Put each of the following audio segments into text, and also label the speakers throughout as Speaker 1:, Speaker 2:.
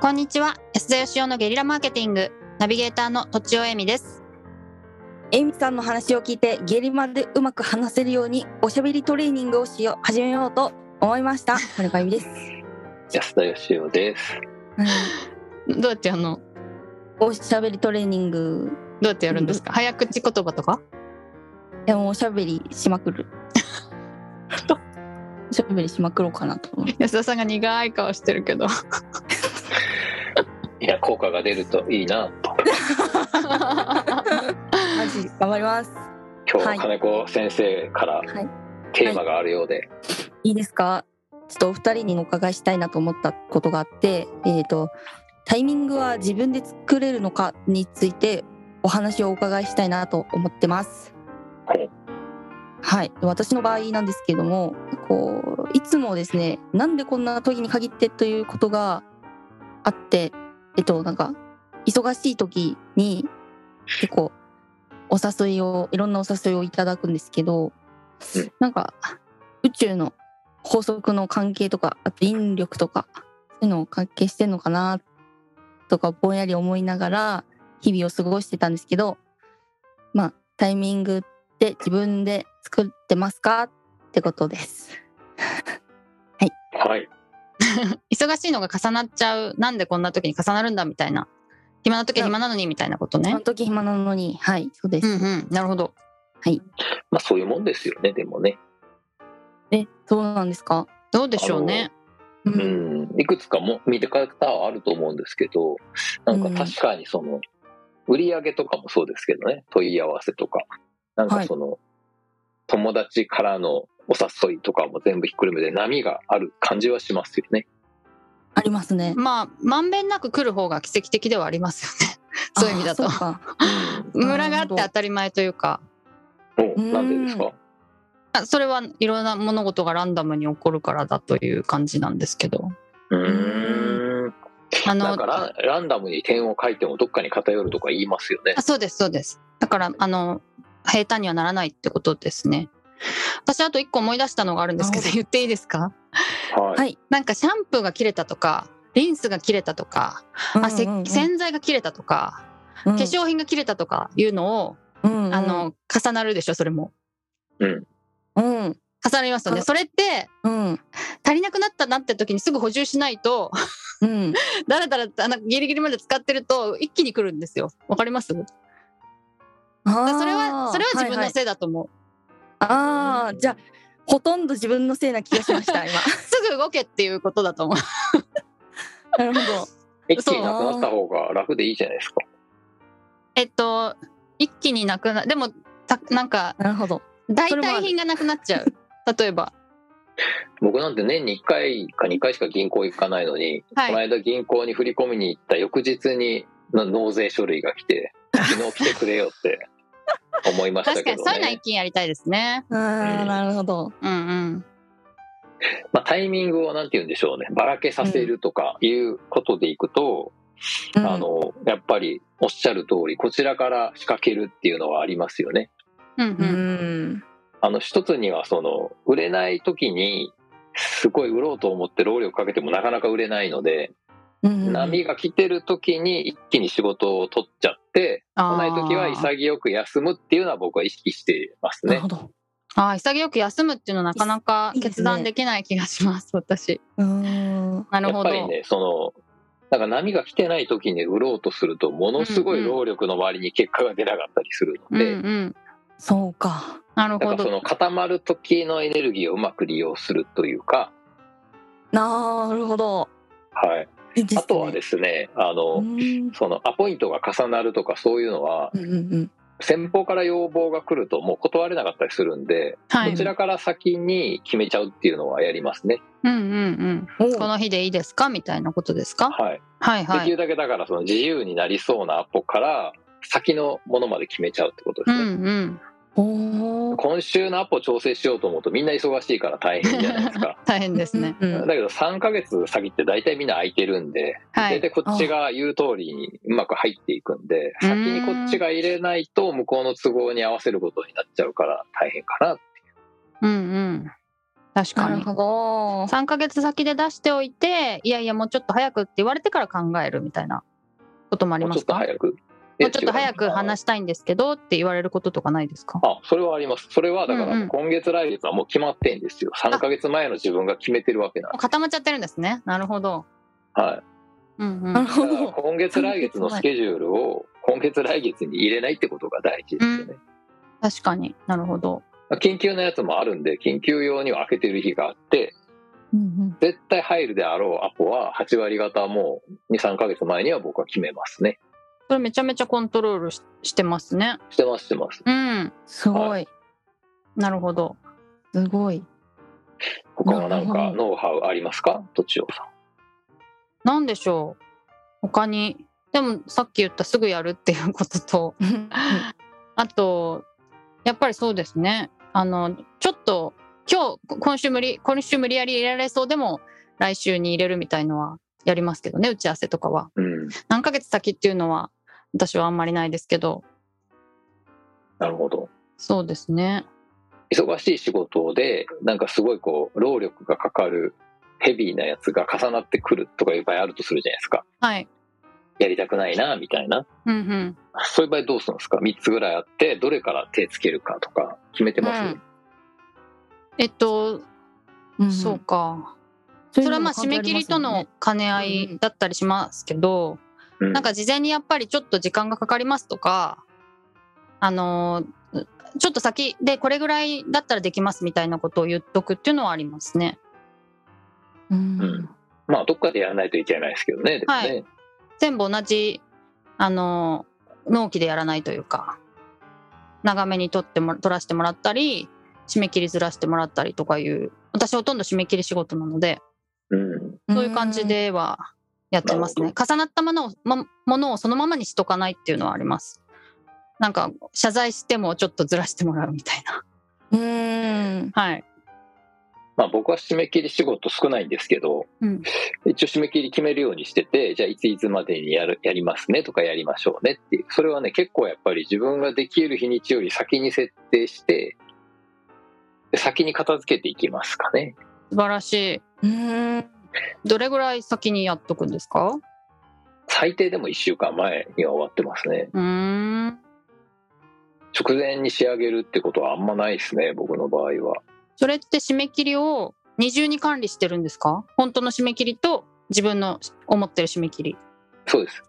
Speaker 1: こんにちは安田義雄のゲリラマーケティングナビゲーターのとちおえみです
Speaker 2: えみさんの話を聞いてゲリマでうまく話せるようにおしゃべりトレーニングをしよう始めようと思いました。これがゆみです。
Speaker 3: 安田義雄です。
Speaker 2: うん
Speaker 1: どうやってあの
Speaker 2: おしゃべりトレーニング
Speaker 1: どうやってやるんですか早口言葉とか
Speaker 2: でもおしゃべりしまく る。おしゃべりしまくろうかなと思って。
Speaker 1: 安田さんが苦い顔してるけど
Speaker 3: いや、効果が出るといいなと。
Speaker 2: マジ頑張ります。
Speaker 3: 今日、
Speaker 2: はい
Speaker 3: 金子先生から
Speaker 2: はい。
Speaker 3: テーマがあるようで。
Speaker 2: いいですかちょっとお二人にお伺いしたいなと思ったことがあって、えっ、と、タイミングは自分で作れるのかについてお話をお伺いしたいなと思ってます。
Speaker 3: はい。
Speaker 2: はい、私の場合なんですけどもこういつもですねなんでこんな時に限ってということがあってえっとなんか忙しい時に結構お誘いをいろんなお誘いをいただくんですけど
Speaker 3: うん
Speaker 2: なんか宇宙の法則の関係とかあと引力とかそういうのを関係してんのかなとかぼんやり思いながら日々を過ごしてたんですけどまあタイミングって自分で作ってますかってことです。
Speaker 3: はい。
Speaker 1: 忙しいのが重なっちゃうなんでこんな時に重なるんだみたいな暇な時は暇なのにみたいなこと
Speaker 2: そ
Speaker 1: ね
Speaker 2: の時暇なのにはいそうで
Speaker 1: う
Speaker 2: す。
Speaker 1: んうんなるほど
Speaker 3: まあ、そういうもんですよね、でもね。
Speaker 2: えそうなんですか。
Speaker 1: どうでしょうね
Speaker 2: う
Speaker 3: う。ん。いくつかも見て方はあると思うんですけど、なんか確かにその、売り上げとかもそうですけどね、問い合わせとか。なんかその、友達からのお誘いとかも全部ひっくるめて波がある感じはしますよ ね。
Speaker 2: ありますね。
Speaker 1: まあまんべんなく来る方が奇跡的ではあります よねそういう意味だと
Speaker 2: あそうか
Speaker 1: ムラがあって当たり前というか
Speaker 3: おなんでですか
Speaker 1: あそれはいろんな物事がランダムに起こるからだという感じなんですけど
Speaker 3: うーん。
Speaker 1: あの
Speaker 3: なんかランランダムに点を書いてもどっかに偏るとか言いますよね
Speaker 1: あ。そうですそうですだからあの平坦にはならないってことですね私あと一個思い出したのがあるんですけど
Speaker 2: なるほ
Speaker 1: 言っていいですか
Speaker 3: はい
Speaker 2: はい
Speaker 1: なんかシャンプーが切れたとかリンスが切れたとか、あせ洗剤が切れたとか、
Speaker 2: 化
Speaker 1: 化粧品が切れたとかいうのを、あの重なるでしょそれも
Speaker 3: うん。
Speaker 2: うん
Speaker 1: 重なりますよね
Speaker 2: あ
Speaker 1: それって
Speaker 2: うん
Speaker 1: 足りなくなったなって時にすぐ補充しないと
Speaker 2: うん
Speaker 1: だらだらあのギリギリまで使ってると一気に来るんですよわかりますだか
Speaker 2: あ
Speaker 1: ら
Speaker 2: ー
Speaker 1: それはそれは自分
Speaker 2: い
Speaker 1: の
Speaker 2: い
Speaker 1: せいだと思う、
Speaker 2: あーじゃあほとんど自分のせいな気がしました今
Speaker 1: すぐ動けっていうことだと思う
Speaker 2: なるほ
Speaker 3: 一気になくなった方が楽でいいじゃないですか。
Speaker 1: えっと、一気になくな、でも、たなんか、
Speaker 2: どなるほど
Speaker 1: 代
Speaker 2: それもあ
Speaker 1: 替
Speaker 2: る
Speaker 1: 品がなくなっちゃう。例えば。
Speaker 3: 僕なんて年に1回か2回しか銀行行かないのに、
Speaker 1: はい
Speaker 3: この間銀行に振り込みに行った翌日にな納税書類が来て、昨日来てくれよ って思いました
Speaker 1: 確か
Speaker 3: け
Speaker 1: に、
Speaker 3: ど
Speaker 1: そういうのは一
Speaker 3: ね。
Speaker 1: 気にやりたいですね。
Speaker 2: あーなるほど
Speaker 1: うんうん。
Speaker 3: まあ、タイミングをなんて言うんでしょうね、ばらけさせるとかいうことでいくと、
Speaker 2: うん
Speaker 3: あの、やっぱりおっしゃる通り、こちらから仕掛けるっていうのはありますよね。
Speaker 1: うん
Speaker 2: う
Speaker 1: うん。
Speaker 2: ん
Speaker 3: あの一つにはその売れない時にすごい売ろうと思って労力かけてもなかなか売れないので、
Speaker 2: うん
Speaker 3: 波が来てる時に一気に仕事を取っちゃって来ない時は
Speaker 1: あー
Speaker 3: 潔く休むっていうのは僕は意識してます
Speaker 2: なる
Speaker 3: ね
Speaker 2: ほ。ど
Speaker 1: あー、潔く休むっていうのはなかなか
Speaker 2: いいいいです
Speaker 1: 決
Speaker 2: ね
Speaker 1: 断できない気がします、私。
Speaker 2: うん
Speaker 1: な
Speaker 3: や
Speaker 1: る
Speaker 3: っ
Speaker 1: ほ
Speaker 3: ぱ
Speaker 1: ど。
Speaker 3: りねそのなんか波が来てない時に売ろうとするとものすごい労力の周りに結果が出なかったりする
Speaker 1: う
Speaker 3: の
Speaker 1: んう
Speaker 3: で、
Speaker 1: ん。
Speaker 2: そうか
Speaker 1: なる
Speaker 3: な
Speaker 1: ほ
Speaker 3: んかそ
Speaker 1: ど。
Speaker 3: の固まる時のエネルギーをうまく利用するというか、
Speaker 2: なるほど
Speaker 3: は
Speaker 2: い
Speaker 3: い、
Speaker 2: いですね
Speaker 3: あとはですねあの、
Speaker 2: うん
Speaker 3: そのアポイントが重なるとかそういうのは
Speaker 2: うんうん
Speaker 3: 先方から要望が来るともう断れなかったりするんで
Speaker 1: は
Speaker 3: こ
Speaker 1: い。
Speaker 3: ちらから先に決めちゃうっていうのはやりますね。
Speaker 1: うんうんうん。
Speaker 2: うん
Speaker 1: この日でいいですかみたいなことですか
Speaker 3: はい、
Speaker 1: はい
Speaker 3: で
Speaker 1: は
Speaker 3: き
Speaker 1: い。
Speaker 3: るだけだからその自由になりそうなアポから先のものまで決めちゃうってことで
Speaker 1: う
Speaker 3: すね。
Speaker 1: んうん。
Speaker 2: おー
Speaker 3: 今週のアポ調整しようと思うとみんな忙しいから大変じゃないですか
Speaker 1: 大変ですね。
Speaker 2: うん
Speaker 3: だけど3ヶ月先って大体みんな空いてるんで、
Speaker 1: は
Speaker 3: 大
Speaker 1: い。
Speaker 3: 体こっちが言う通りにうまく入っていくんで
Speaker 1: うん
Speaker 3: 先にこっちが入れないと向こうの都合に合わせることになっちゃうから大変かな
Speaker 1: うんうん。確か
Speaker 2: なる
Speaker 1: に
Speaker 2: ほど。
Speaker 1: 3ヶ月先で出しておいていやいやもうちょっと早くって言われてから考えるみたいなこともあり
Speaker 3: もう
Speaker 1: ま
Speaker 3: ちょっ
Speaker 1: す
Speaker 3: と
Speaker 1: かも
Speaker 3: 早く。
Speaker 1: うちょっと早く話
Speaker 3: し
Speaker 1: したいんですけどって言われることとかないですか
Speaker 3: あ、それはあります。それはだか
Speaker 1: うんう
Speaker 3: ら
Speaker 1: ん
Speaker 3: 今月来月はもう決まってんですよ。3ヶ月前の自分が決めてるわけなんで
Speaker 1: もう固まっちゃってるんですねなるほど、
Speaker 3: はい。
Speaker 1: うんう
Speaker 2: なんるほ
Speaker 3: だから
Speaker 2: ど。
Speaker 3: 今月来月のスケジュールを今月来月に入れないってことが大事ですよね。
Speaker 1: 確かになるほど
Speaker 3: 緊急のやつもあるんで、緊急用には開けてる日があって、
Speaker 2: うん
Speaker 3: 絶対入るであろうアポは8割方はもう2、3ヶ月前には僕は決めますね。
Speaker 1: それめちゃめちゃコントロールししてますね
Speaker 3: してます、してます。
Speaker 1: うん
Speaker 2: すごい。
Speaker 1: なるほど
Speaker 2: すご い。
Speaker 3: 他はなん
Speaker 2: な
Speaker 3: か
Speaker 2: るほ
Speaker 3: ノウハウありますかとちおさん。
Speaker 1: なんでしょう他にでもさっき言ったすぐやるっていうことと
Speaker 2: うん
Speaker 1: あと、やっぱりそうですね。あの、ちょっと、今日、今週無理、今週無理やり入れられそうでも、来週に入れるみたいのはやりますけどね、打ち合わせとかは。
Speaker 3: うん。
Speaker 1: 何ヶ月先っていうのは、私はあんまりないですけど、
Speaker 3: なるほど。
Speaker 1: そうですね。
Speaker 3: 忙しい仕事で、なんかすごいこう、労力がかかるヘビーなやつが重なってくるとかいう場合あるとするじゃないですか。
Speaker 1: はい。
Speaker 3: やりたくないな、みたいな。
Speaker 1: うんうん。
Speaker 3: そういう場合どうするんですか ?3 つぐらいあって、どれから手つけるかとか決めてます、
Speaker 1: うんえっと、
Speaker 2: うん
Speaker 1: そうか。
Speaker 2: そ
Speaker 1: それはまあ、締め切りとの兼ね合いだったりしますけど、
Speaker 3: うん
Speaker 1: なんか事前にやっぱりちょっと時間がかかりますとか、あのーちょっと先でこれぐらいだったらできますみたいなことを言っとくっていうのはありますね。
Speaker 2: うん
Speaker 3: うんまあ、どっかでやらないといけないですけどね、でもね。
Speaker 1: はい全部同じ、あのー納期でやらないというか、長めに取っても取らせてもらったり、締め切りずらしてもらったりとかいう、私ほとんど締め切り仕事なので、
Speaker 3: うん。
Speaker 1: そういう感じ。ではやってます
Speaker 3: な
Speaker 1: ね。重なったものを、まものをそのままにしとかないっていうのはあります。なんか、謝罪してもちょっとずらしてもらうみたいな。
Speaker 2: うん。
Speaker 1: はい。
Speaker 3: まあ、僕は締め切り仕事少ないんですけど、
Speaker 1: うん
Speaker 3: 一応締め切り決めるようにしてて、じゃあいついつまでにやるやりますねとかやりましょうねっていう。それはね、結構やっぱり自分ができる日にちより先に設定して、で先に片付けていきますかね。
Speaker 1: 素晴らしい。
Speaker 2: うん。
Speaker 1: どれぐらい先にやっとくんですか
Speaker 3: 最低でも1週間前には終わってますね。
Speaker 1: うーん。
Speaker 3: 直前に仕上げるってことはあんまないですね、僕の場合は。
Speaker 1: それって締め切りを二重に管理してるんですか本当の締め切りと自分の思ってる締め切り。
Speaker 3: そうです。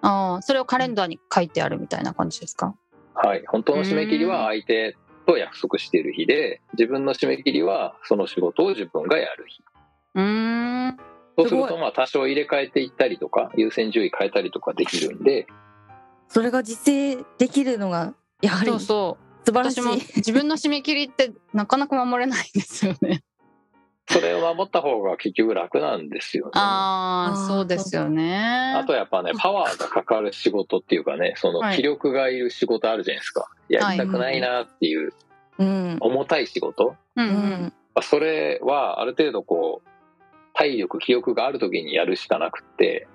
Speaker 1: ああ、それをカレンダーに書いてあるみたいな感じですか
Speaker 3: はい。本当の締め切りは相手と約束している日で、自分の締め切りはその仕事を自分がやる日。
Speaker 1: うーん。
Speaker 3: そうする
Speaker 2: すご
Speaker 3: とまあ多少入れ替えていったりとか優先順位変えたりとかできるんで
Speaker 2: それが実践できるのが、やはり
Speaker 1: そう
Speaker 2: 素
Speaker 1: そう。
Speaker 2: 晴らし
Speaker 1: 私
Speaker 2: い。
Speaker 1: も自分の締め切りってなかなか守れないんですよね。
Speaker 3: それを守った方が結局楽なんですよね。あ
Speaker 1: ああ、
Speaker 2: あー
Speaker 1: そうですよね。
Speaker 3: とやっぱねパワーがかかる仕事っていうかねその
Speaker 1: はい
Speaker 3: 気力がいる仕事あるじゃないですかやりたくないなっていう
Speaker 2: うん。
Speaker 3: 重たい仕事
Speaker 1: うん
Speaker 2: う
Speaker 1: うん。
Speaker 2: ん。
Speaker 3: まあそれはある程度こう体力気力がある時にやるしかなくって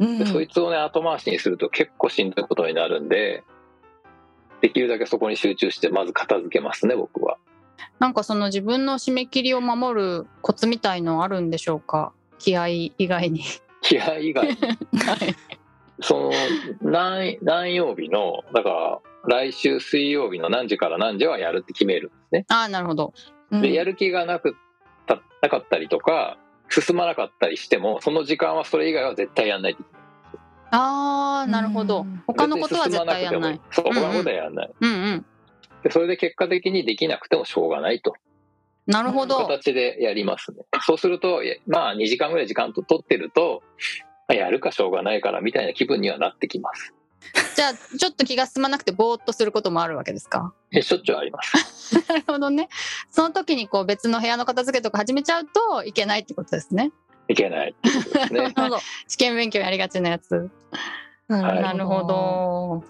Speaker 2: うん
Speaker 3: でそいつをね後回しにすると結構しんどいことになるんでできるだけそこに集中してまず片付けますね僕は。
Speaker 1: なんかその自分の締め切りを守るコツみたいのあるんでしょうか気合以外に。
Speaker 3: 気合以外に
Speaker 1: はい。
Speaker 3: その何何曜日のだから来週水曜日の何時から何時はやるって決めるんですね。
Speaker 1: ああ、なるほど。
Speaker 3: でやる気がなくたなかったりとか進まなかったりしてもその時間はそれ以外は絶対やんないって
Speaker 1: ああ、なるほ
Speaker 2: う
Speaker 1: ど
Speaker 2: ん。
Speaker 1: 他のことは絶対やんな
Speaker 3: 別
Speaker 1: い。
Speaker 3: に進まくてもそ
Speaker 1: うんうん
Speaker 3: う他のことはやんない、
Speaker 1: うんうん。
Speaker 3: でそれで結果的にできなくてもしょうがないと
Speaker 1: なるほど。
Speaker 3: 形でやりますねそうするといやまあ2時間ぐらい時間と取ってるとまあやるかしょうがないからみたいな気分にはなってきます
Speaker 1: じゃあ、ちょっと気が進まなくてぼーっとすることもあるわけですか
Speaker 3: えしょっちゅうあります
Speaker 1: なるほどね。その時にこう別の部屋の片付けとか始めちゃうといけないってことですね。
Speaker 3: いけないっていうことですね
Speaker 2: なるほ
Speaker 1: 試験勉強やりがちなやつ。
Speaker 2: ど。
Speaker 3: はい
Speaker 1: なるほ。ど。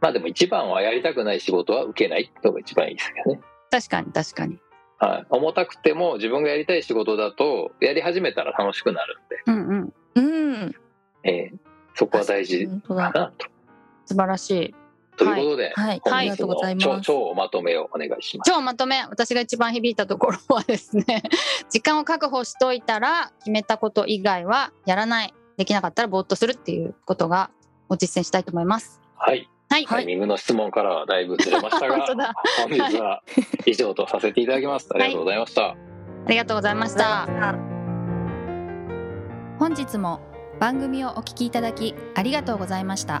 Speaker 3: まあでも一番はやりたくない仕事は受けないのが一番いいですけどね。
Speaker 1: 確かに確かに。
Speaker 3: はい、重たくても自分がやりたい仕事だとやり始めたら楽しくなるん
Speaker 1: うんうん。
Speaker 2: うん。
Speaker 3: で、えーそこは大事
Speaker 2: 本当
Speaker 3: か
Speaker 2: だ。
Speaker 3: なと。
Speaker 1: 素晴らしい。
Speaker 3: ということで、
Speaker 2: はい、
Speaker 3: 本
Speaker 2: ありが
Speaker 3: 日
Speaker 2: とう
Speaker 3: の
Speaker 2: ござい
Speaker 3: 超
Speaker 2: ます。
Speaker 3: 超まとめをお願いします。
Speaker 4: 今日まとめ私が一番響いたところはですね 時間を確保しといたら決めたこと以外はやらないできなかったらぼーっとするっていうことがを実践したいと思います
Speaker 3: はい、
Speaker 4: はい、
Speaker 3: タイミングの質問からはだいぶずれま したが
Speaker 4: 本当だ
Speaker 3: 本日は以上とさせていただきます。ありがとうございました。
Speaker 4: ありがとうございました
Speaker 1: 本日も番組をお聞きいただきありがとうございました